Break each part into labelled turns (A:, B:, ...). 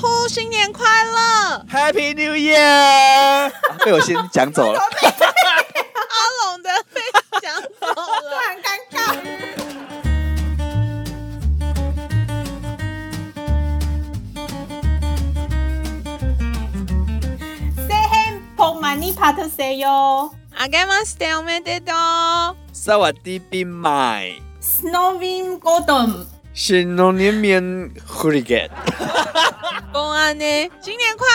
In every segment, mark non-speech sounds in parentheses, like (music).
A: 呼，新年快乐！
B: Happy New Year！、啊 (laughs) 被我先讲走了。
A: 阿龙的被抢走了，
C: 很尴尬。Say hey, pon money part say yo.
A: 阿盖玛斯蒂奥梅德多，
B: 萨瓦迪比麦，
C: Snowing Golden，
B: 新龙年面 Hurricane
A: 公安呢？新年快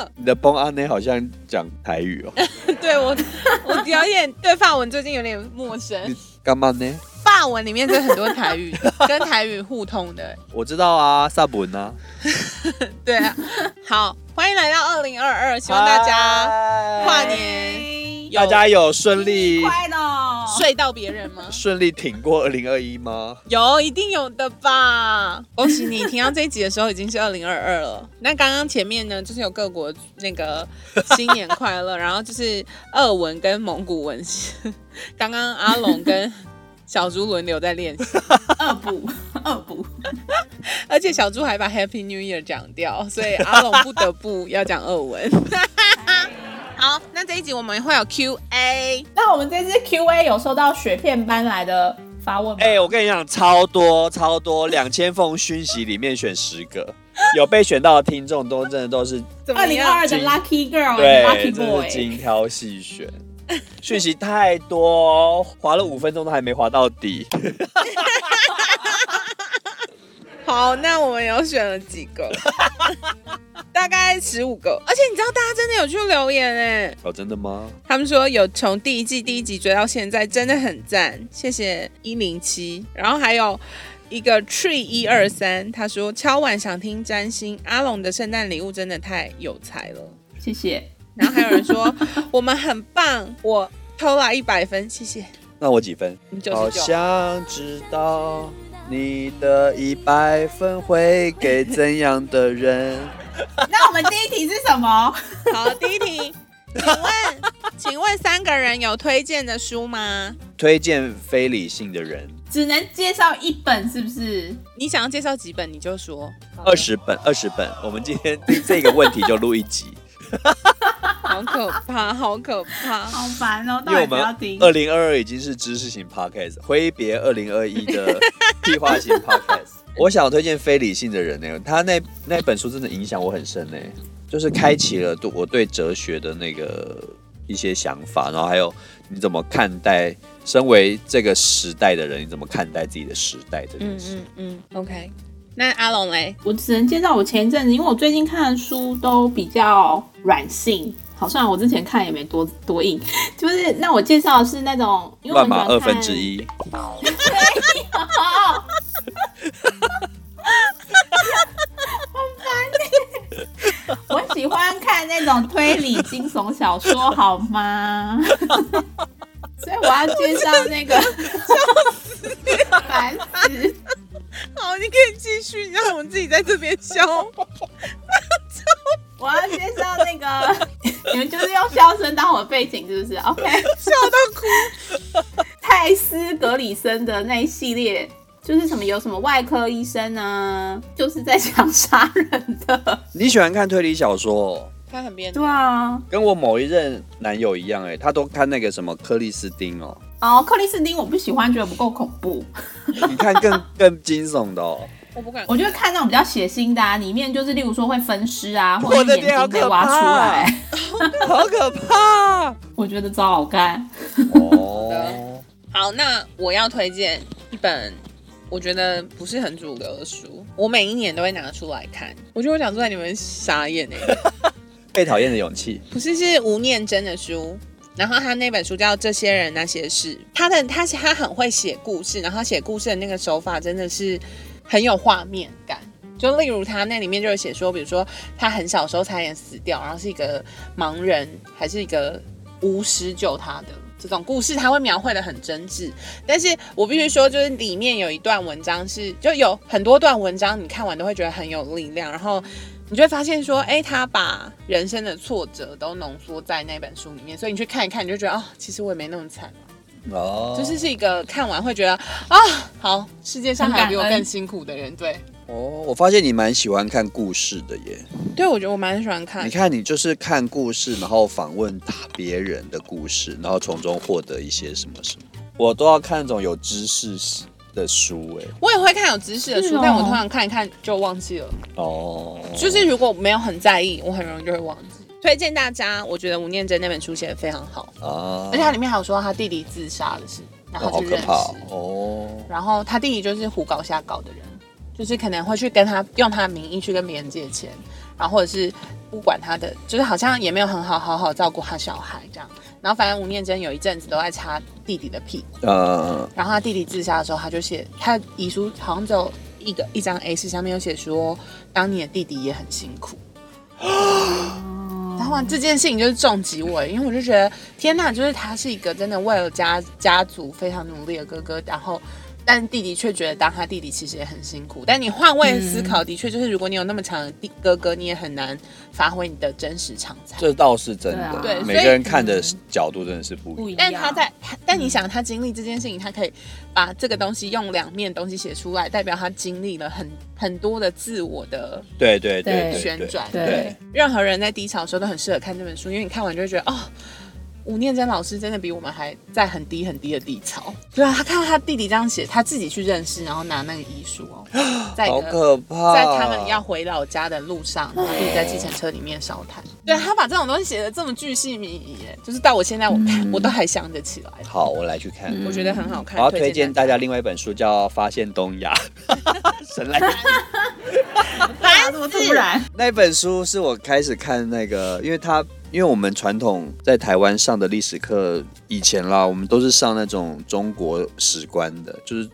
A: 乐！
B: 你的崩安内好像讲台语 (laughs) 哦，
A: 对我，我有点对法文最近有点陌生
B: 你，干嘛呢？
A: 法文里面就很多台语跟台语互通的，
B: 我知道啊，萨本啊，
A: 对啊。好，欢迎来到二零二二，希望大家
B: 嗨
A: 跨年有
B: 大家有顺利
C: 快乐，
A: 睡到别人吗？
B: 顺利挺过二零二一吗？
A: 有，一定有的吧！ (laughs) 恭喜你，听到这一集的时候已经是二零二二了。那刚刚前面呢，就是有各国那个新年快乐，然后就是俄文跟蒙古文 (laughs) 是，刚刚阿龙跟小猪轮流在练 (laughs) 习，
C: 恶补恶补，
A: 而且小猪还把 Happy New Year 讲掉，所以阿龙不得不要讲俄文。 (laughs) 好，那这一集我们会有 Q&A，
C: 那我们这次 Q&A 有收到雪片班来的发问吗？
B: 哎、我跟你讲，超多超多，两千封讯息里面选十个，有被选到的听众都真的都是
A: 怎么
C: 二零二
A: 样
C: 二？的 Lucky
B: 对，真
C: Girl，Lucky
B: 是
C: Boy，
B: 精挑细选， (laughs) 讯息太多，划了五分钟都还没划到底。
A: 好，那我们有选了几个， (laughs) 大概十五个，而且你知道大家真的有去留言哎，
B: 哦，真的吗？
A: 他们说有从第一季第一集追到现在，真的很赞，谢谢一零七，然后还有。一个 tree 一二三，他说敲碗想听占星，阿龙的圣诞礼物真的太有才了。
C: 谢谢。
A: 然后还有人说我们很棒，我偷了一百分，谢谢。
B: 那我几分？
A: 你九
B: 好
A: 十九，
B: 想知道你的一百分会给怎样的人？ (laughs)
C: 那我们第一题是什么？
A: 好，第一题，请问，请问三个人有推荐的书吗？
B: 推荐非理性的人，
C: 只能介绍一本，是不是？
A: 你想要介绍几本你就说。
B: 二十本，二十本。我们今天这这个问题就录一集，
A: 好可怕，好可怕！
C: 好烦哦，
B: 因
C: 到
B: 为
C: 底
B: 我
C: 不要
B: 们
C: 听。
B: 二零二二已经是知识型 podcast，挥别二零二一的计划
C: (laughs)
B: 型 podcast。我想推荐《非理性的人》呢，他那那本书真的影响我很深呢，就是开启了对我对哲学的那个一些想法，然后还有你怎么看待身为这个时代的人，你怎么看待自己的时代这件
A: 嗯
B: 事。
A: 嗯嗯，OK。那阿龙嘞？
C: 我只能介绍我前一阵子，因为我最近看的书都比较软性，好像我之前看也没多多硬，就是那我介绍的是那种，因为我
B: 乱码
C: 很喜欢
B: 二分之
C: 看，哦
B: 一，
C: 哦欸我喜欢看那种推理惊悚小说，好吗？ (laughs) 所以我要介绍那个，烦死！
A: 好，你可以继续，你让我们自己在这边笑。
C: 我要介绍那个， (laughs) 你们就是用笑声当我的背景，是不是？OK，笑到哭。泰斯格里森的那一系列，就是什么有什么外科医生啊，就是在讲杀人的。
B: 你喜欢看推理小说、哦？
A: (laughs) 他很变态
C: 对，啊，
B: 跟我某一任男友一样，哎，他都看那个什么克里斯汀哦，
C: 哦，克里斯汀我不喜欢，觉得不够恐怖。
B: 你看更更惊悚的哦。
A: 我不敢。
C: 我就会看那种比较血腥的、啊，里面就是例如说会分尸啊，或
B: 我
C: 者
B: 的
C: 是眼
B: 天好
C: 睛被
B: 可
C: 挖
B: 怕
C: 出来，
B: 好可怕！
C: 我觉得超好看。
B: 哦，
A: 好，那我要推荐一本我觉得不是很主流的书，我每一年都会拿出来看。我觉得我想坐在你们傻眼哎、
B: 被讨厌的勇气，
A: 不是是吴念真的书。然后他那本书叫《这些人那些事》，他的他是他很会写故事，然后他写故事的那个手法真的是很有画面感。就例如他那里面就有写说，比如说他很小时候差点死掉，然后是一个盲人，还是一个巫师救他的这种故事，他会描绘的很真挚。但是我必须说，就是里面有一段文章是，就有很多段文章，你看完都会觉得很有力量，然后你就会发现说，哎、他把人生的挫折都浓缩在那本书里面，所以你去看一看，你就觉得哦，其实我也没那么惨，哦
B: 哦，
A: 就是是一个看完会觉得啊、好，世界上还有比我更辛苦的人，对，
B: 哦，我发现你蛮喜欢看故事的耶。
A: 对，我觉得我蛮喜欢看
B: 你。看，你就是看故事，然后访问别人的故事，然后从中获得一些什么什么。我都要看那种有知识的书，哎，
A: 我也会看有知识的
C: 是
A: 书，
C: 哦
A: 但我通常看一看就忘记了。
B: 哦，
A: 就是如果没有很在意，我很容易就会忘记。推荐大家，我觉得吴念真那本书写的非常好，
B: 啊，
A: 而且它里面还有说他弟弟自杀的事，然
B: 哦
A: 后
B: 好
A: 就
B: 可
A: 认识。
B: 怕哦，
A: 然后他弟弟就是胡搞瞎搞的人，就是可能会去跟他用他的名义去跟别人借钱，然后或者是不管他的，就是好像也没有很好好好照顾他小孩这样。然后反正吴念真有一阵子都在擦弟弟的屁股，
B: 哦呃，
A: 然后他弟弟自杀的时候，他就写他的遗书好像只有一个一张 A 4上面有写说，当你的弟弟也很辛苦。然后这件事情就是重击我，因为我就觉得天呐，就是他是一个真的为了家家族非常努力的哥哥，然后但弟弟却觉得当他弟弟其实也很辛苦。但你换位思考，的确就是如果你有那么长的弟哥哥，你也很难发挥你的真实长才。
B: 这倒是真的，
C: 对啊对
B: 每
A: 所以
B: 个人看的角度真的是不一样。嗯
C: 不一样。
A: 但他在，他但你想，他经历这件事情，他可以把这个东西用两面东西写出来，代表他经历了很很多的自我的
B: 对对对
C: 对
B: 对
A: 旋
B: 对，
A: 转。
C: 对
B: 对，
A: 任何人在低潮的时候都很适合看这本书，因为你看完就会觉得，哦，吴念真老师真的比我们还在很低很低的低潮。对啊，他看到他弟弟这样写，他自己去认识，然后拿那个遗书
B: (gasps)
A: 哦，在一
B: 好
A: 个。
B: 可怕。嗯
A: 在他们要回老家的路上，然后自己在计程车里面烧炭。对他把这种东西写的这么巨细靡遗，哎就是到我现在我
B: 嗯
A: 看、我都还想得起来。
B: 好，我来去看。
A: 我觉得很好看。
B: 我要推荐大
A: 家
B: 家另外一本书，叫《发现东亚》， (laughs)
A: (laughs)
B: 神来
C: 啊，怎么突然？
B: 那本书是我开始看那个，因为它因为我们传统在台湾上的历史课，以前啦，我们都是上那种中国史观的，就是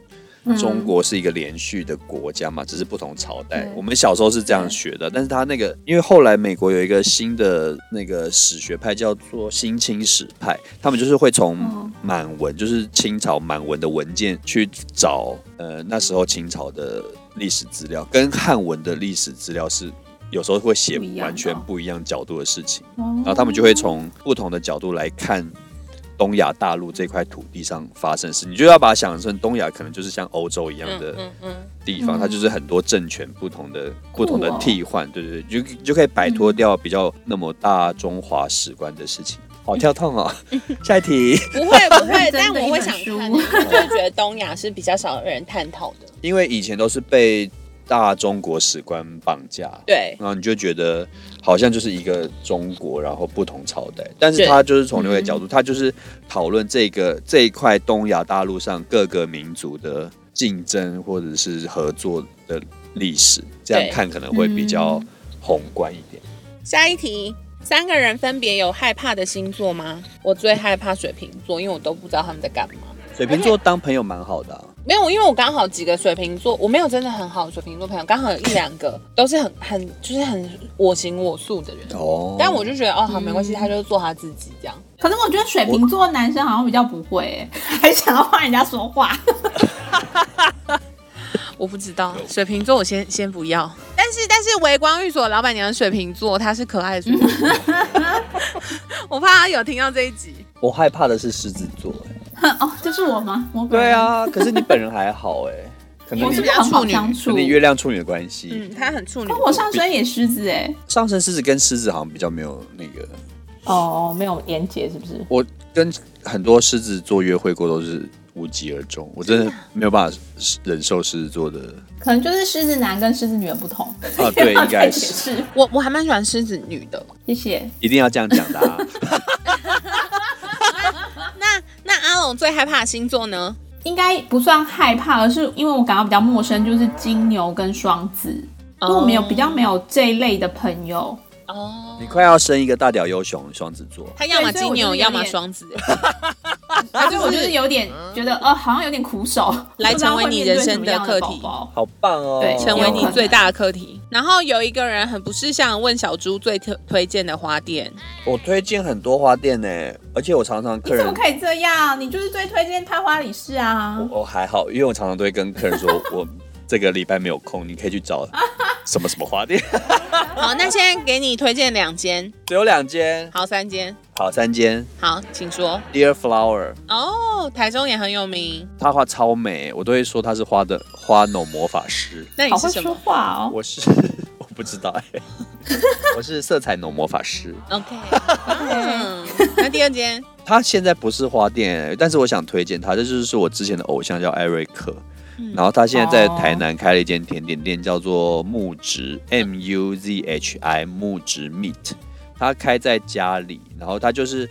C: 嗯
B: 中国是一个连续的国家嘛，只是不同朝代
C: 对。
B: 我们小时候是这样学的，但是它那个，因为后来美国有一个新的那个史学派叫做新清史派，他们就是会从
C: 嗯
B: 满文，就是清朝满文的文件去找，呃，那时候清朝的历史资料跟汉文的历史资料是。有时候会写
C: 不一样的哦
B: 完全不一样角度的事情，
C: 然
B: 然后他们就会从不同的角度来看东亚大陆这块土地上发生的事，你就要把它想成东亚可能就是像欧洲一样的
A: 嗯嗯
B: 地方，
C: 嗯
B: 它就是很多政权不同的、
C: 酷
B: 不
C: 哦嗯
B: 同的替换，对对对，就就可以摆脱掉比较那么大中华史观的事情。好跳痛哦， (laughs) 下一题。 (laughs)
A: 嗯，不会不会，
C: 认真的
A: 但我会想看，
C: 一
A: 我
C: 本
A: 就觉得东亚是比较少人探讨的。
B: 因为以前都是被大中国史观绑架，
A: 对，
B: 然后你就觉得好像就是一个中国，然后不同朝代，但是
A: 对嗯
B: 他就是从另外一个角度，他就是讨论这个这一块东亚大陆上各个民族的竞争或者是合作的历史，这样
A: 对
B: 看可能会比较
C: 嗯
B: 宏观一点。
A: 下一题。三个人分别有害怕的星座吗？我最害怕水瓶座，因为我都不知道他们在干嘛。
B: 水瓶座当朋友蛮好的啊、
A: 没有，因为我刚好几个水瓶座，我没有真的很好的水瓶座朋友，刚好有一两个都是很很就是很我行我素的人。
B: 哦，
A: 但我就觉得哦，好没关系，他就做他自己这样。
C: 可是我觉得水瓶座男生好像比较不会、欸，还想要帮人家说话。
A: 我不知道水瓶座，我先先不要。但是但是，微光寓所老板娘水瓶座，她是可爱的水瓶座， (laughs) 我怕她有听到这一集。
B: 我害怕的是狮子座、哎
C: 哦，这是我吗？我本
B: 对
C: 人，
B: 啊，可是你本人还好哎、可能
C: 我
B: 你
C: 是
A: 比
C: 不
A: 较
C: 是很
A: 处
C: 好
A: 女
C: 相处
B: 可？能月亮处女的关系，
A: 嗯，她很处女
C: 那
A: 座。
C: 我上身也狮子哎、
B: 上升狮子跟狮子好像比较没有那个。
C: 哦，没有连结是不是？
B: 我跟很多狮子座约会过都是无疾而终，我真的没有办法忍受狮子座的
C: 可能就是狮子男跟狮子女的不同。
B: (laughs) 啊，对，应该
C: 解 (laughs)
B: 是
C: 释。
A: 我我还蛮喜欢狮子女的。
C: 谢谢。
B: (laughs) 一定要这样讲的、啊。
A: 那那阿龙最害怕的星座呢？
C: 应该不算害怕，而是因为我感到比较陌生，就是金牛跟双子，因为我没有比较没有这一类的朋友。
A: 哦
B: (laughs) 你，快要生一个大屌优雄双子座，
A: 他要么
C: 对所以
A: 金
C: 我
A: 牛，
C: 就是有
A: 要么
C: 点
A: 双子，
C: 所以我啊就是有点
B: 嗯
C: 觉得，呃，好像有点苦 (laughs) 手，
A: 来
C: 不知道
A: 成为
C: 会
A: 你
C: 面对
A: 人生
C: 什么
A: 的
C: 样
A: 课
C: 宝
A: 题
C: 宝
B: 好棒哦！
C: 对
A: 成为你最大的课题。然后有一个人很不识相，问小猪最推推荐的花店。
B: 我推荐很多花店呢、而且我常常
C: 你
B: 客
C: 怎
B: 人
C: 么可以这样？你就是最推荐开花礼士啊！
B: 哦我还好，因为我常常都会跟客人说，我这个礼拜没有空，你可以去找什么什么花店， (laughs)
A: 好，那现在给你推荐两间，
B: 只有两间，
A: 好，三间，
B: 好三间
A: 好，请说。
B: ，Dear Flower，
A: 哦，台中也很有名，
B: 她画超美，我都会说她是花的花农魔法师。
A: 那你
C: 好
A: 是
C: 会
A: 什
C: 说
A: 么
C: 话哦。
B: 我是 (laughs) 我不知道哎、我是色彩农魔法师。
A: (laughs) ？OK，嗯，那第二间，
B: 他现在不是花店、欸，但是我想推荐他，这就是是我之前的偶像叫艾瑞克，
A: 嗯
B: 然后他现在在
C: 哦
B: 台南开了一间甜点店，叫做木植 M U Z H I 木植 Meat，他开在家里，然后他就是。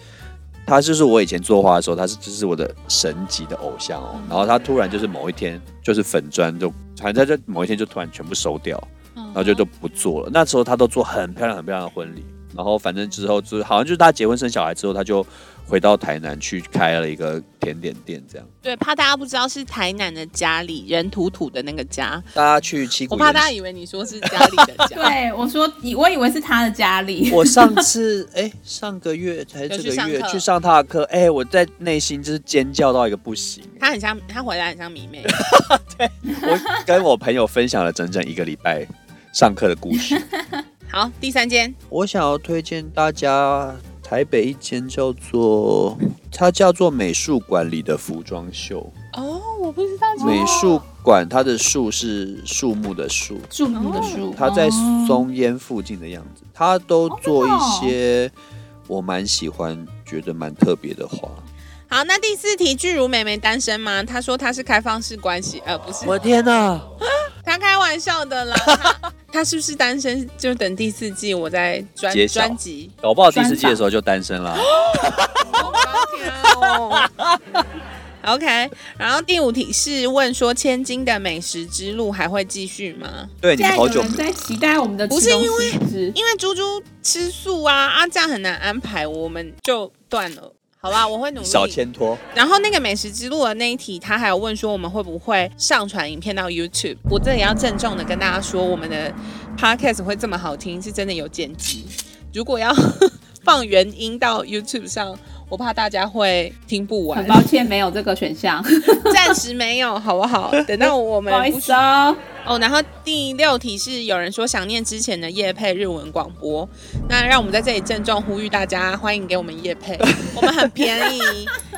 B: 他就是我以前做花的时候，他是这是我的神级的偶像哦。然后他突然就是某一天，就是粉砖就，反正他就某一天就突然全部收掉，
A: 然
B: 然后就都不做了。那时候他都做很漂亮、很漂亮的婚礼，然后反正之后就是好像就是他结婚生小孩之后，他就回到台南去开了一个甜点店，这样。
A: 对，怕大家不知道是台南的家里人土土的那个家，
B: 大家去七股
A: 我
B: 岩，
A: 怕大家以为你说是家里的 (laughs) 家，
C: 对，我说以我以为是他的家里，
B: 我上次 (laughs) 哎、上个月还是
A: 有去
B: 这个
A: 上
B: 月
A: 课
B: 去上他的课，哎、我在内心就是尖叫到一个不行。
A: 他很像，他回来很像迷妹， (laughs)
B: 我跟我朋友分享了整整一个礼拜上课的故
A: (laughs)
B: 事。
A: 好，第三间，
B: 我想要推荐大家台北一间叫做它叫做美术馆里的服装秀。
A: 哦，我不知道
B: 美术馆，它的树是树木的树，
C: 树木的树，
B: 它在
C: 哦
B: 松烟附近的样子，它都做一
C: 哦
B: 些我蛮喜欢、觉得蛮特别的花。
A: 好，那第四题，巨乳妹妹单身吗？她说她是开放式关系，呃，不是，
B: 我的天哪！
A: 她开玩笑的啦。她她是不是单身？就等第四季我再专
B: 揭晓
A: 专辑。
B: 搞不好第四季的时候就单身啦。
A: 好高挑哦 (laughs) OK，然后第五题是问说千金的美食之路还会继续吗？
B: 对，你
C: 现
B: 们
C: 在
B: 好
C: 有
B: 久
C: 人
B: 没
C: 在期待我们的吃
A: 不是
C: 东
A: 因为
C: 西是
A: 因为猪猪吃素啊，啊这样很难安排，我们就断了。好吧，我会努力。
B: 少牵拖，
A: 然后那个美食之路的那一题，他还有问说我们会不会上传影片到 YouTube。我这里要郑重的跟大家说，我们的 Podcast 会这么好听，是真的有剪辑。如果要 (laughs) 放原音到 YouTube 上，我怕大家会听不
C: 很
A: 完，
C: 抱歉没有这个选项，
A: 暂时没有，好不 (laughs) 好？等到我
C: (laughs) 不好
A: 们
C: 意
A: 不
C: 思哦。
A: 哦，然后第六题是有人说想念之前的夜配日文广播，那让我们在这里郑重呼吁大家，欢迎给我们夜 (laughs) 配，我们很便宜，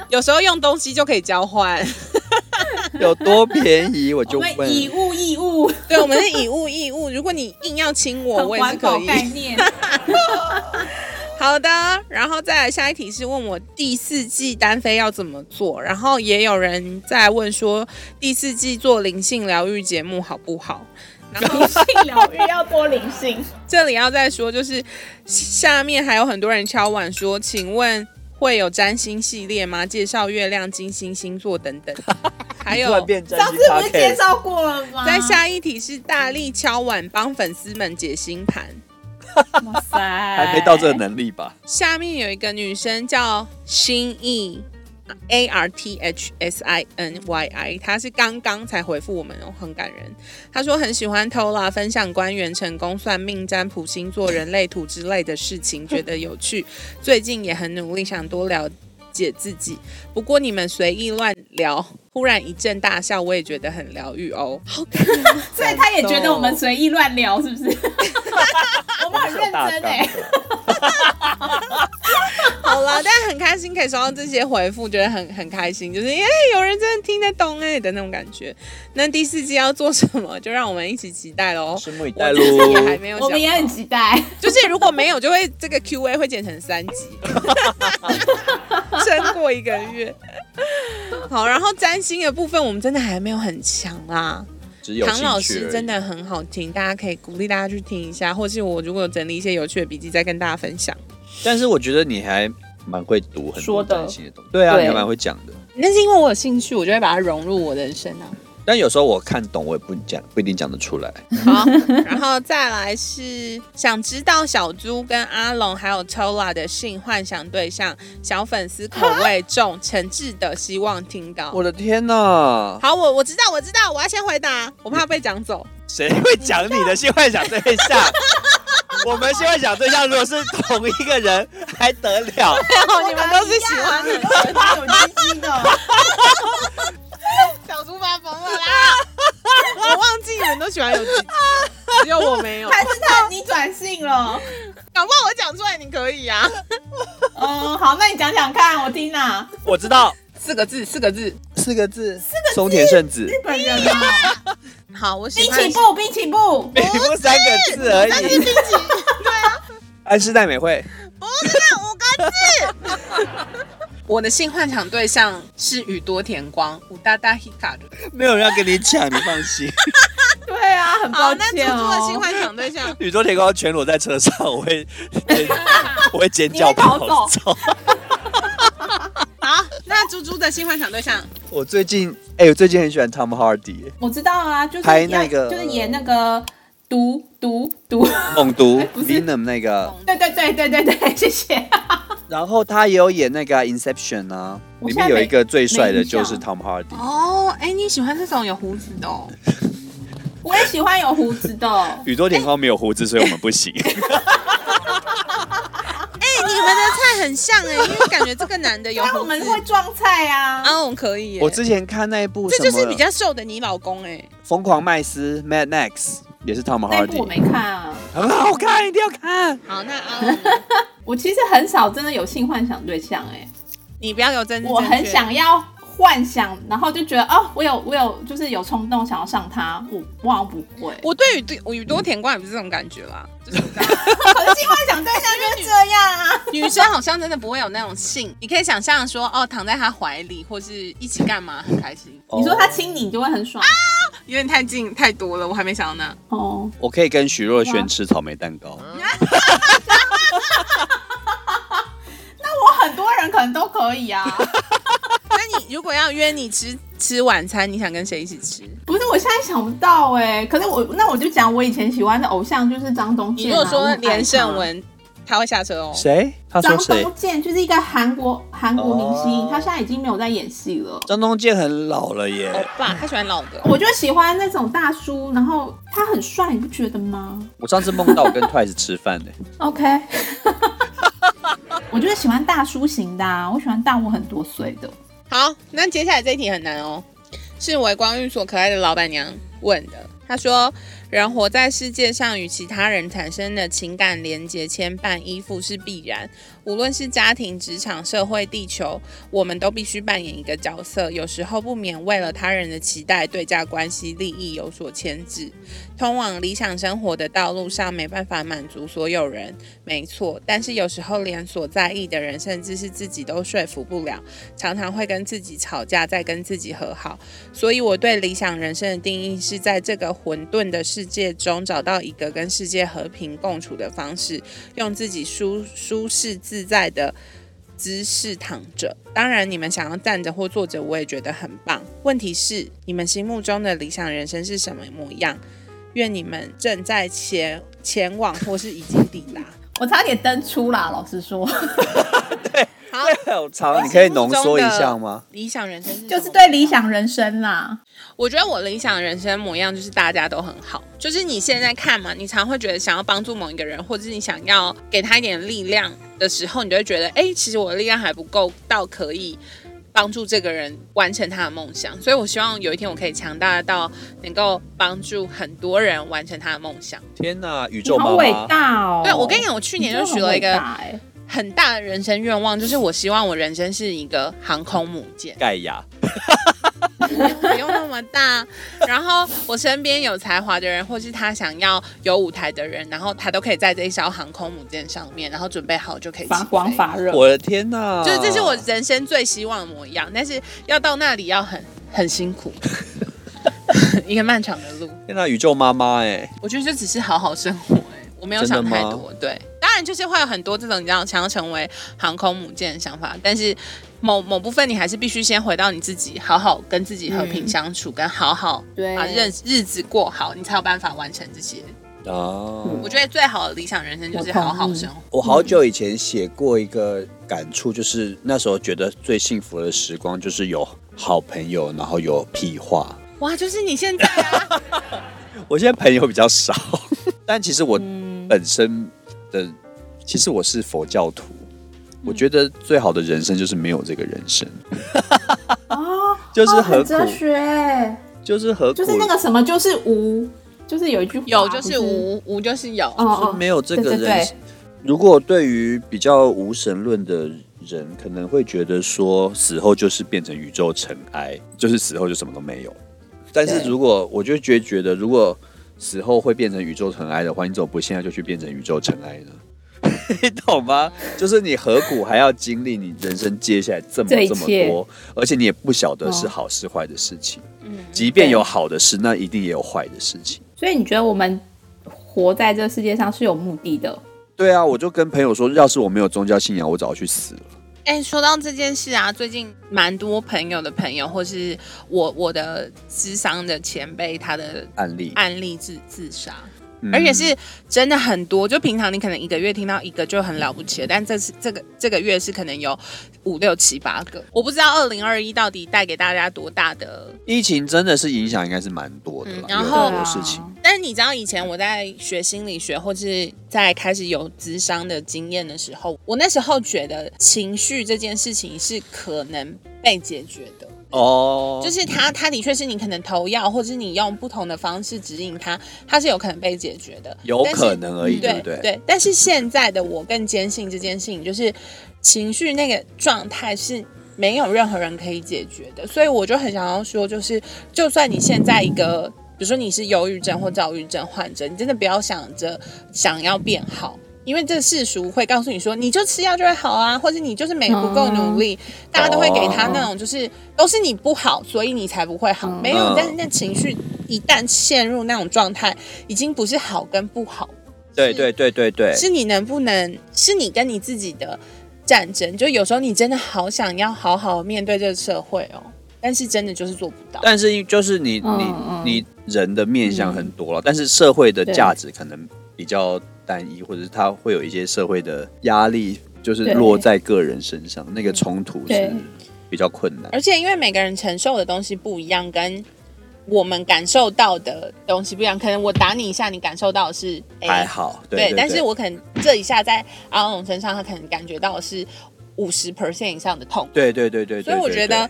A: 有时候用东西就可以交换。
B: 有多便宜我就
C: 我
B: 问。
C: 们以物易物，
A: (laughs) 对，我们是以物易物。如果你硬要亲我，
C: 很
A: 我也是
C: 环
A: 可
C: 保概
A: 以。
C: 念。
A: (laughs) 好的，然后再来下一题是问我第四季单飞要怎么做，然后也有人在问说第四季做灵性疗愈节目好不好？然后 (laughs)
C: 灵性疗愈要多灵性，
A: 这里要再说，就是下面还有很多人敲碗说，请问会有占星系列吗？介绍月亮、金星、星座等
B: (laughs)
A: 等，还
B: 突然
A: 有。
B: 变占
C: 上
B: 星
C: 次不是介
B: podcast，
C: 绍过了吗？
A: 在下一题是大力敲碗帮粉丝们解星盘，
C: 哇塞，
B: 还
C: 还
B: 没到这个能力吧？
C: 哎
A: 下面有一个女生叫心意 A R T H S I N Y I，她是刚刚才回复我们哦，很感人。她说很喜欢 Tola 分享官员成功、算命、占卜、星座、人类图之类的事情，觉得有
C: (laughs)
A: 趣。最近也很努力，想多了解自己。不过你们随意乱聊，忽然一阵大笑，我也觉得很疗愈哦。好感人哦
C: (laughs) 所以他也觉得我们随意乱聊，是不是？我们很认
B: 大
C: 真
B: 纲
C: 哎、
A: 好啦，但很开心可以收到这些回复，觉得很很开心，就是耶，有人真的听得懂哎的那种感觉。那第四季要做什么，就让我们一起期待喽。
B: 拭目以
A: 我
B: 待喽
A: 自。己也还没有想好，
C: 我们也很期待。
A: 就是如果没有，就会这个 Q A 会剪成三集，撑过一个月。好，然后占星的部分我们真的还没有很强啦。
B: 只有
A: 唐老
B: 兴趣而
A: 师
B: 已
A: 真的很好听，大家可以鼓励大家去听一下，或是我如果有整理一些有趣的笔记，再跟大家分享。
B: 但是我觉得你还蛮会读很多
C: 说的
B: 占星的东西，对啊，
C: 对
B: 你还蛮会讲的。
A: 那是因为我有兴趣，我就会把它融入我的人生啊。 (laughs)
B: 但有时候我看懂，我也不讲，不一定讲得出来。
C: 嗯
A: 好， (laughs) 然后再来是想知道小猪跟阿龙还有 Tola 的性幻想对象，小粉丝口味重，诚挚的希望听到。
B: 我的天哪，
A: 好，我我知道，我知道，我要先回答，我怕被讲走。
B: 谁会讲你的性幻想对 (laughs) 象？我们性幻想对象如果是同一个人，还得 (laughs) 了？
A: 哦，你们都是喜欢的。啊 (laughs)
C: 有鸡鸡
A: 哦
C: 的，
A: 小猪发疯了啦！我忘记你们都喜欢有鸡鸡。只有我没有。
C: (laughs) 还是他你转性了？
A: 搞不好我讲出来你可以啊。
C: 哦，好，那你讲讲看，我听啊。
B: 我知道
A: 四个字，四个字。
B: 四个字，松田圣 (laughs) 子，
C: 日本人啊，
A: 好，我喜
C: 滨
A: 欢
C: 崎步，滨崎步，
B: 每部三个字
C: 哦
B: 而
A: 但是
B: 已。
A: 冰淇淋
B: 安室奈美惠，
A: 五个字。 (laughs) 我的性幻想对象是宇多田光，武大大 Hikaru。
B: 没有人要跟你抢，你放心。
C: 对啊，很抱
A: 好，那猪
C: 歉
A: 猪的性
C: 哦。
A: 幻想对 (laughs) 象
B: (laughs) 宇宙铁光全裸在车上，我
C: (laughs)
B: 会我会尖叫
C: 你会逃
B: 跑走。
A: 好，那猪猪的性幻想对象
B: 我最近哎、我最近很喜欢 Tom Hardy，
C: 我知道啊，就是
B: 拍
C: 要
B: 那个
C: 就是演那个毒毒毒，
B: 猛毒
C: 哎不是
B: Venom 那个，
C: (laughs) 对对对对对对，谢谢。
B: 然后他也有演那个啊 Inception 啊，
C: 我
B: 里
C: 现
B: 面
C: 在
B: 有
C: 没
B: 一个最帅的就是
C: 没印
B: Tom Hardy。
A: 哦，哎，你喜欢这种有胡子的哦？
C: 我也喜欢有胡子 (laughs) 的，
B: 宇宙天光没有胡子，所以我们不
C: (laughs)
B: 行。
A: 哎，你们的菜很像 (laughs) 哎，因为感觉这个男的有
C: 但我
A: 胡
C: 们
A: 子。
C: 会撞菜啊。
A: 哦，可以耶。
B: 我之前看那一部
A: 这
B: 什
A: 就是
B: 么
A: 比
B: 《
A: 较瘦的你老公哎。
B: 疯狂麦斯》（Mad Max） 也是 Tom
C: 那一部我
B: Hardy，
C: 没看啊，
B: 很好看，一定要看。
A: 好，那啊 (laughs) 阿龙，
C: 我其实很少真的有性幻想对象哎、
A: 你不要有真
C: 我很想要幻想，然后就觉得哦，我有我有就是有冲动想要上他，我我好像不会。
A: 我对宇多宇多田光也不是这种感觉啦，就是你知道
C: 可是性幻想对象就是这样啊。
A: (laughs) 女生好像真的不会有那种性，你可以想象说，哦，躺在他怀里，或是一起干嘛，很开心。
C: 你说他
B: 哦
C: 亲你，你就会很爽
A: 有点太近太多了，我还没想到那。
C: 哦。
B: 我可以跟徐若瑄吃草莓蛋糕。
C: 那我很多人可能都可以啊。 (laughs)
A: 那你如果要约你吃吃晚餐，你想跟谁一起吃？
C: 不是，我现在想不到哎、可是我那我就讲我以前喜欢的偶像就是张东
A: 你
C: 健、啊。
A: 如果说
C: 我很爱
A: 连胜
C: 他，
A: 文，他会下车哦。
B: 谁？他
C: 张
B: 说谁？
C: 东健就是一个韩国韩国明星
B: 哦
C: 他现在已经没有在演戏了。
B: 张东健很老了耶。
A: 欧巴，他喜欢老的。
C: 我就喜欢那种大叔，然后他很帅，你不觉得吗
B: 我上次梦到我跟 Twice 吃饭
C: (laughs)
B: 呢、
C: ？OK，我就是喜欢大叔型的、啊，我喜欢大我很多岁的。
A: 好，那接下来这一题很难哦，是微光寓所可爱的老板娘问的。她说：“人活在世界上，与其他人产生的情感连结、牵绊、依附是必然。无论是家庭、职场、社会、地球，我们都必须扮演一个角色。有时候不免为了他人的期待、对价关系、利益有所牵制。通往理想生活的道路上，没办法满足所有人，没错。但是有时候连所在意的人，甚至是自己都说服不了。常常会跟自己吵架，再跟自己和好。所以我对理想人生的定义是在这个混沌的世界中，找到一个跟世界和平共处的方式，用自己舒舒适自在的。姿势躺着，当然你们想要站着或坐着，我也觉得很棒。问题是，你们心目中的理想人生是什么模样？愿你们正在前前往或是已经抵达。
C: 我差点登出啦，老实说，
A: 好，
B: 欸。好长，你可以浓缩一下吗？
A: 理想人生是
C: 就
A: 什
C: 是
A: 么
C: 对
A: 模
C: 理
A: 样
C: 想人生啦。
A: 我觉得我理想人生模样就是大家都很好，就是你现在看嘛，你常会觉得想要帮助某一个人，或者是你想要给他一点力量的时候，你就会觉得，哎，其实我的力量还不够到可以帮助这个人完成他的梦想。所以我希望有一天我可以强大到能够帮助很多人完成他的梦想。
B: 天哪，宇
C: 你
B: 宙
C: 好
B: 妈
C: 伟
B: 妈！
C: 大哦！
A: 对，我跟你讲，我去
C: 去
A: 年就许了一个
C: 哎、
A: 很大的人生愿望，就是我希望我人生是一个航空母舰。
B: 盖亚，
A: 不用那么大。然后我身边有才华的人，或是他想要有舞台的人，然后他都可以在这一艘航空母舰上面，然后准备好就可以
C: 发
A: 起飞
C: 光。发热。
B: 我的天哪！
A: 就是这是我人生最希望的模样，但是要到那里要很很辛苦， (laughs) 一个漫长的路。
B: 天哪，宇宙妈妈哎，
A: 我觉得就只是好好生活、哎，我没有想太多。对，当然就是会有很多这种你知道想要成为航空母舰的想法，但是某某部分你还是必须先回到你自己，好好跟自己和平
C: 嗯
A: 相处，跟好好
C: 对
A: 把日日子过好，你才有办法完成这些。
B: 啊！
A: 我觉得最好的理想人生就是好好生活。
B: 我好久以前写过一个感触，就是那时候觉得最幸福的时光，就是有好朋友，然后有屁话。 (laughs)
A: 哇，就是你现在啊，
B: 我现在朋友比较少， (laughs) 但其实我
C: 嗯，
B: 本身的，其实我是佛教徒。我觉得最好的人生就是没有这个人生，
C: 哦，
B: (laughs) 就是
C: 哦
B: 何
C: 很
B: 苦
C: 哲学，欸
B: 就是何苦？
C: 就是那个什么，就是无就是有一句话
A: (laughs) 有就
C: 不
A: 是无，无就是有。
C: 哦哦，
B: 没有这个
C: 对
B: 人，
C: 对对
B: 如果对于比较无神论的人，可能会觉得说死后就是变成宇宙尘埃，就是死后就什么都没有。但是
C: 对
B: 如果我就觉觉得，如果死后会变成宇宙尘埃的话，你怎么不现在就去变成宇宙尘埃呢？ (laughs) 你懂吗？就是你何苦还要经历你人生接下来这么
C: 这一
B: 这么
C: 切
B: 多，而且你也不晓得
C: 哦
B: 是好是坏的事情。
A: 嗯，
B: 即便
C: 对
B: 有好的事，那一定也有坏的事情。
C: 所以你觉得我们活在这世界上是有目的的？
B: 对啊，我就跟朋友说，要是我没有宗教信仰，我早就去死了。
A: 哎、说到这件事啊，最近蛮多朋友的朋友，或是我我的智商的前辈，他的
B: 案例，
A: 案例自自杀，
B: 嗯
A: 啊而且是真的很多。就平常你可能一个月听到一个就很了不起了，但这次这个这个月是可能有五六七八个。我不知道二零二一到底带给大家多大的。
B: 疫情真的是影响应该是蛮多的啦
A: 嗯，然
B: 有
A: 后
B: 很多事情。
A: 但是你知道，以前我在学心理学，或是在开始有智商的经验的时候，我那时候觉得情绪这件事情是可能被解决的。
B: 哦，
A: 就是它，它的确是你可能投药，或者是你用不同的方式指引它，它是有可能被解决的。
B: 有可能而已，
C: 但
B: 对
A: 对
B: 不对？
A: 对，但是现在的我更坚信这件事情，就是情绪那个状态是没有任何人可以解决的，所以我就很想要说，就是就算你现在一个，比如说你是忧郁症或躁郁症患者，你真的不要想着想要变好。因为这世俗会告诉你说，你就吃药就会好啊，或者你就是没不够努力，大家都会给他
B: 哦
A: 那种就是、都是你不好，所以你才不会好。
C: 嗯
A: 没有
B: 嗯，
A: 但是那情绪一旦陷入那种状态，已经不是好跟不好
B: 对对对对对，
A: 是你能不能，是你跟你自己的战争。就有时候你真的好想要好好面对这个社会哦，但是真的就是做不到。
B: 但是因就是你
C: 嗯
B: 你
C: 嗯
B: 你人的面相很多了，但是社会的价值可能比较单一，或者是它会有一些社会的压力，就是
C: 对
B: 落在个人身上，那个冲突是
C: 对
B: 比较困难。
A: 而且因为每个人承受的东西不一样，跟我们感受到的东西不一样，可能我打你一下，你感受到的是 A，
B: 还好，对
A: 哎对，但是我可能这一下在阿龙身上，他可能感觉到的是五十 percent 以上的痛苦。
B: 对对对对，对
A: 所以我
B: 对
A: 觉
B: 对
A: 得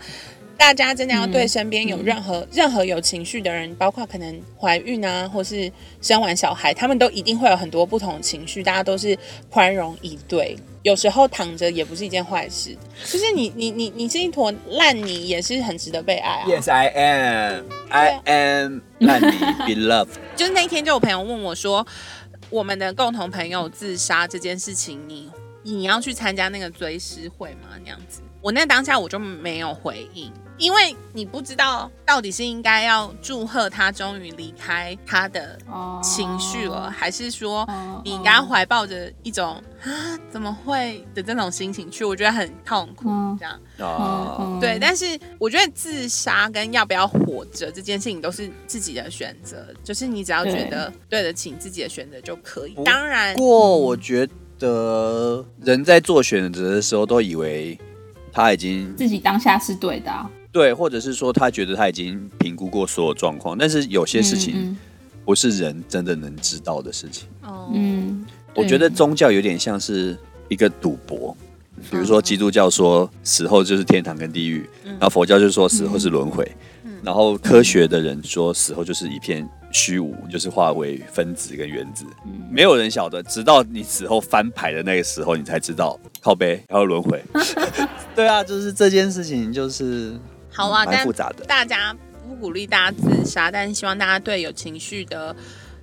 A: 大家真的要对
C: 嗯
A: 身边有任何、任何有情绪的人，包括可能怀孕啊，或是生完小孩，他们都一定会有很多不同的情绪，大家都是宽容以对。有时候躺着也不是一件坏事，就是你你你你是一坨烂泥，也是很值得被爱啊。
B: Yes, I am. I am 烂
C: (laughs)
B: 泥 beloved。
A: 就是那一天，就有朋友问我说，我们的共同朋友自杀这件事情，你你要去参加那个追思会吗？那样子，我那当下我就没有回应，因为你不知道到底是应该要祝贺他终于离开他的
C: 哦
A: 情绪了，还是说
C: 哦
A: 你应该怀抱着一种啊怎么会的这种心情去？我觉得很痛苦，
C: 嗯
A: 这样。
B: 啊，
A: 对，但是我觉得自杀跟要不要活着这件事情都是自己的选择，就是你只要觉得对得起自己的选择就可以
B: 不。
A: 当然
B: 不，过我觉得人在做选择的时候，都以为他已经
C: 自己当下是对的啊、
B: 对，或者是说他觉得他已经评估过所有状况，但是有些事情
C: 嗯
B: 不是人真的能知道的事情。
A: 哦，
C: 嗯，嗯
B: 我觉得
C: 对
B: 宗教有点像是一个赌博，比如说基督教说死后就是天堂跟地狱，
A: 嗯
B: 然后佛教就说死后是轮回，
A: 嗯
B: 然后科学的人说死后就是一片虚无，就是化为分子跟原子，
A: 嗯
B: 没有人晓得，直到你死后翻牌的那个时候，你才知道靠背还有
A: (laughs)
B: 轮回。对啊，就是这件事情就是
A: 好啊，
B: 蛮
A: 但
B: 复杂的。
A: 大家不鼓励大家自杀，但是希望大家对有情绪的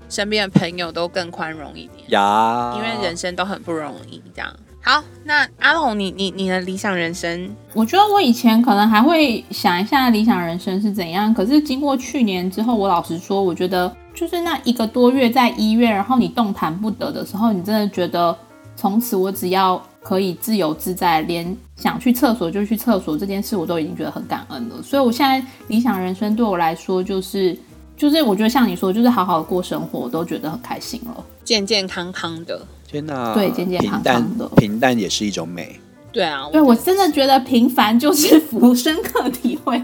A: 身边的朋友都更宽容一点，
B: 呀，
A: 因为人生都很不容易。这样好，那阿龙，你你你的理想人生，
C: 我觉得我以前可能还会想一下理想人生是怎样，可是经过去年之后，我老实说，我觉得就是那一个多月在医院，然后你动弹不得的时候，你真的觉得从此我只要可以自由自在，连想去厕所就去厕所这件事，我都已经觉得很感恩了。所以我现在理想人生对我来说，就是就是我觉得像你说，就是好好过生活，我都觉得很开心了。
A: 健健康康的。
B: 天哪，
C: 对健健康
B: 平淡
C: 康的
B: 平淡也是一种美。
A: 对啊，我
C: 对我真的觉得平凡就是福，深刻体会。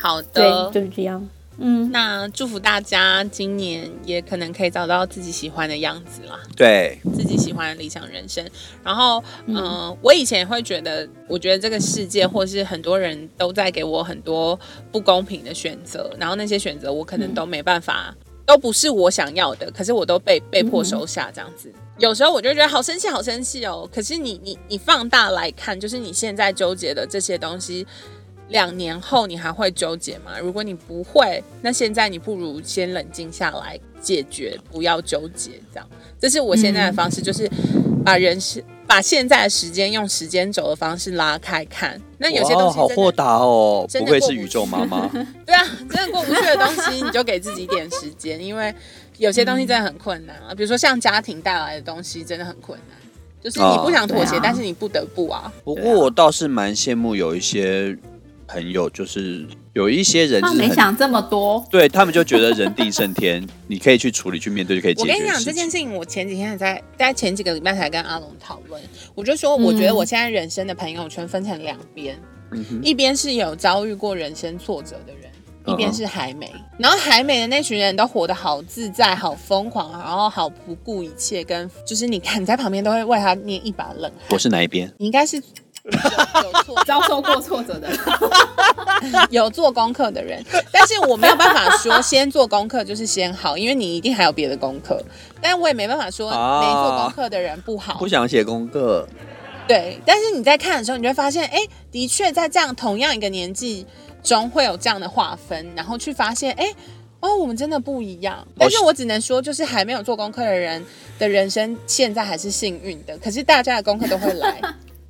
A: 好的，
C: 就是这样。嗯，
A: 那祝福大家今年也可能可以找到自己喜欢的样子啦，
B: 对，
A: 自己喜欢的理想人生。然后，嗯、我以前也会觉得，我觉得这个世界或是很多人都在给我很多不公平的选择，然后那些选择我可能
B: 嗯
A: 都没办法，都不是我想要的，可是我都被被迫收下这样子。
B: 嗯
A: 有时候我就觉得好生气，好生气哦。可是你你你放大来看，就是你现在纠结的这些东西，两年后你还会纠结吗？如果你不会，那现在你不如先冷静下来解决，不要纠结。这样，这是我现在的方式，就是把人是把现在的时间用时间轴的方式拉开看。那有些
B: 哇
A: 东
B: 哦
A: 西
B: 好
A: 真
B: 豁
A: 的
B: 达哦，
A: 真
B: 不
A: 的
B: 愧
A: 过
B: 是
A: 不
B: 宇宙妈妈。
A: 对啊，真的过不去的东西，你就给自己一点时间，因为有些东西真的很困难啊。比如说像家庭带来的东西，真的很困难，就是你不想妥协，
C: 哦对啊
A: 但是你不得不啊。
B: 不过我倒是蛮羡慕有一些朋友，就是有一些人就
C: 他
B: 是
C: 没
B: 很。
C: 想这么多，
B: 对他们就觉得人定胜天，你可以去处理、去面对，就可以解
A: 我
B: 决
A: 跟你讲这
B: 事
A: 件
B: 情。
A: 事情，我前几天才在前几个礼拜才跟阿龙讨论，我就说我觉得我现在人生的朋友圈分成两边，
B: 嗯哼
A: 一边是有遭遇过人生挫折的人。
B: 嗯
A: 一边是海美，然后海美的那群人都活得好自在、好疯狂，然后好不顾一切，跟就是你看你在旁边都会为他捏一把冷汗。
B: 我是哪一边？
A: 你应该是有有做
C: (laughs) 遭受过挫折的，
A: 有做功课的人，但是我没有办法
B: (laughs)
A: 说先做功课就是先好，因为你一定还有别的功课。但我也没办法说
B: 啊
A: 没做功课的人不好，
B: 不想写功课，
A: 对。但是你在看的时候，你就会发现，哎、的确在这样同样一个年纪中会有这样的划分，然后去发现，哎、哦，我们真的不一
B: 哦
A: 样。但是我只能说，就是还没有做功课的人的人生现在还是幸运的，可是大家的功课都会
B: (laughs)
A: 来。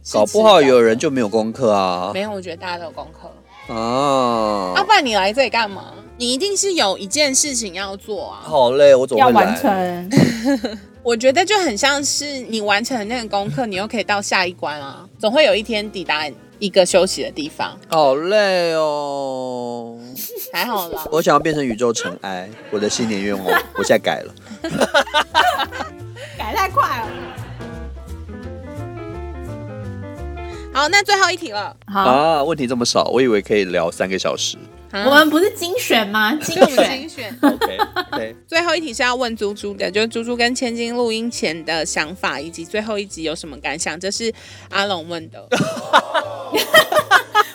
A: 是
B: 搞不好
A: 迟早
B: 有人就没有功课啊
A: 没有，我觉得大家都有功课。啊，
B: 啊！
A: 不然你来这里干嘛？你一定是有一件事情要做啊！
B: 好累，我总
C: 要
B: 会
C: 完
B: 来。
C: 成。
A: 我觉得就很像是你完成了那个功 (laughs) 课，你又可以到下一关啊，总会有一天抵达一个休息的地方，
B: 好累哦！
A: 还好啦。
B: 我想要变成宇宙尘埃，我的新年愿望，我现在改了。
C: 改太快了。
A: 好，那最后一题了，
C: 好，
B: 啊，问题这么少，我以为可以聊三个小时。
A: 啊
C: 我们不是精选吗？
A: 所
C: 精
A: 以我们
C: 选
A: 精选
B: OK OK，
A: 最后一题是要问猪猪的，就是猪猪跟千金录音前的想法，以及最后一集有什么感想，这是阿龙问的。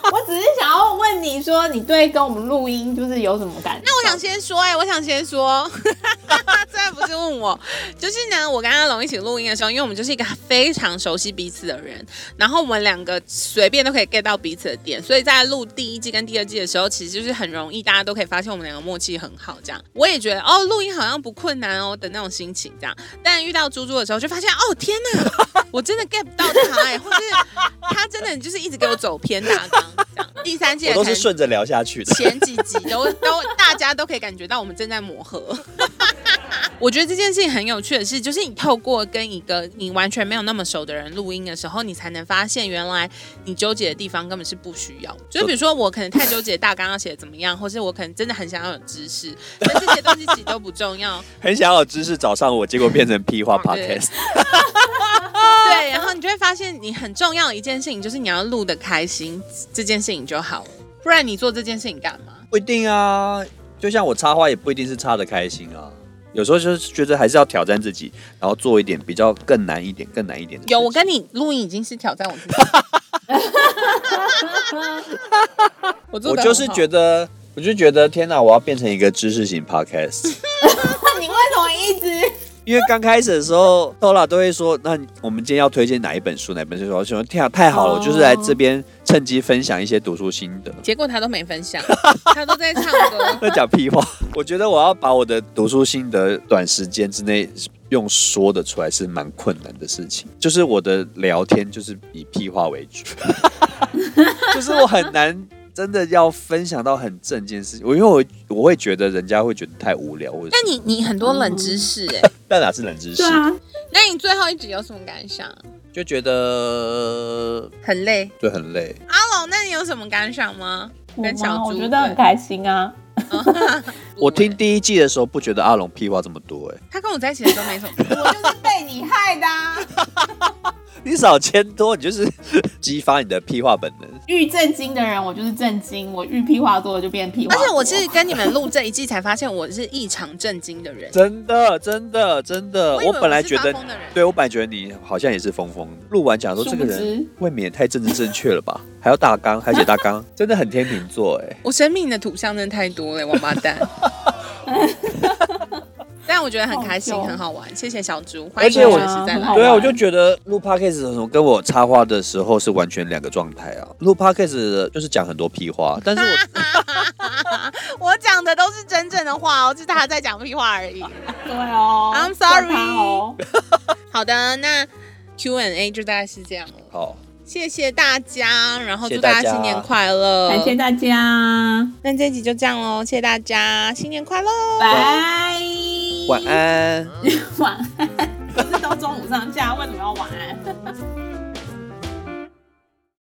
C: 我只是想要问你说，你对跟我们录音就是有什么感受？
A: 那我想先说、哎，我想先说， (laughs) 虽然不是问我，就是呢，我跟阿龙一起录音的时候，因为我们就是一个非常熟悉彼此的人，然后我们两个随便都可以 get 到彼此的点，所以在录第一季跟第二季的时候，其实就是很容易，大家都可以发现我们两个默契很好，这样。我也觉得哦，录音好像不困难哦的那种心情，这样。但遇到猪猪的时候，就发现哦，天哪， (laughs) 我真的 get 不到他、哎，或是他真的就是一直给我走偏大纲，这样。 (laughs) 第三季
B: 我
A: 的
B: 都是
A: 可能
B: 顺着聊下去的。
A: 前几集都都大家都可以感觉到我们正在磨合。 (laughs) 我觉得这件事情很有趣的是，就是你透过跟一个你完全没有那么熟的人录音的时候，你才能发现原来你纠结的地方根本是不需要。就是比如说，我可能太纠结大纲要写得怎么样，或是我可能真的很想要有知 (laughs) 识，但这些东西其实都不重要。
B: 很想要有知识找上我，结果变成屁话
A: 哦对
B: podcast。
A: 对，然后你就会发现，你很重要的一件事情就是你要录的开心，这件事情就好了，不然你做这件事情干嘛？
B: 不一定啊，就像我插花也不一定是插的开心啊，有时候就是觉得还是要挑战自己，然后做一点比较更难一点、更难一点的事情。
A: 有，我跟你录音已经是挑战我
B: (laughs)
A: 自己。我做
B: 我
A: 得很
B: 就是
A: 好
B: 觉得，我就觉得天哪，我要变成一个知识
A: (laughs)
B: 型 podcast。
C: 那你为什么一直？
B: 因为刚开始的时候，Tola 都会说，那我们今天要推荐哪一本书？哪一本书？我想说，天啊，太好了！
C: 哦
B: 我就是来这边趁机分享一些读书心得。
A: 结果他都没分享，他都在唱歌。
B: 在讲屁话。 (laughs) 我觉得我要把我的读书心得短时间之内用说的出来是蛮困难的事情，就是我的聊天就是以屁话为 (laughs) 主，就是我很难。真的要分享到很正经的事情，我因为我我会觉得人家会觉得太无聊，或者
A: 但你你很多冷知识哎、
B: 但哪是冷知识
C: 对，啊，
A: 那你最后一集有什么感想？
B: 就觉得
A: 很累。
B: 就很累。
A: 阿龙，那你有什么感想吗？跟小
C: 我
A: 猪，
C: 我觉得很开心啊。
B: 我听第一季的时候不觉得阿龙屁话这么多、欸， (laughs)
A: 他跟我在一起的时候没什么。
C: 我就是被你害的、啊，
B: 你少牵多，你就是激发你的屁话本能。
C: 遇震惊的人，我就是震惊；我遇屁话多，我就变屁话
A: 而
C: 多。
A: 且我是跟你们录这一季才发现，我是异常震惊的人。
B: 真的，真的，真的，
A: 我以为
B: 本来
A: 是
B: 觉
A: 发
B: 得，
A: 疯的人
B: 对我本来觉得你好像也是疯疯的。录完讲说
C: 殊
B: 这
C: 不
B: 个人
C: 知
B: 未免也太政治正确了吧？还要大纲，还写大纲，真的很天秤座哎、
A: 我生命的土象真的太多了，王八
C: (laughs)
A: 蛋。但我觉得很开心，
C: 好笑
A: 很好玩。谢谢小猪，欢
B: 而
A: 迎
B: 且我
A: 随时再
C: 很好
A: 来。
B: 对啊，
C: 玩
B: 我就觉得录 podcast 的时候跟我插话的时候是完全两个状态啊。录 podcast 的就是讲很多屁话，但是我
A: 我讲的都是真正的话哦，只是他在讲屁话而已。
C: 对哦
A: I'm sorry
C: 怪他哦。
A: 好的，那 Q&A 就大概是这样了。
B: 好，
A: 谢谢大家，然后
B: 谢
A: 祝
B: 谢大
A: 大
B: 家
A: 家新年快乐。
C: 感谢大家，
A: 那这一集就这样喽，谢谢大家，新年快乐。
C: 拜。
B: 晚，安。
C: (laughs) 晚安。不是都中午上架，为什么要晚安？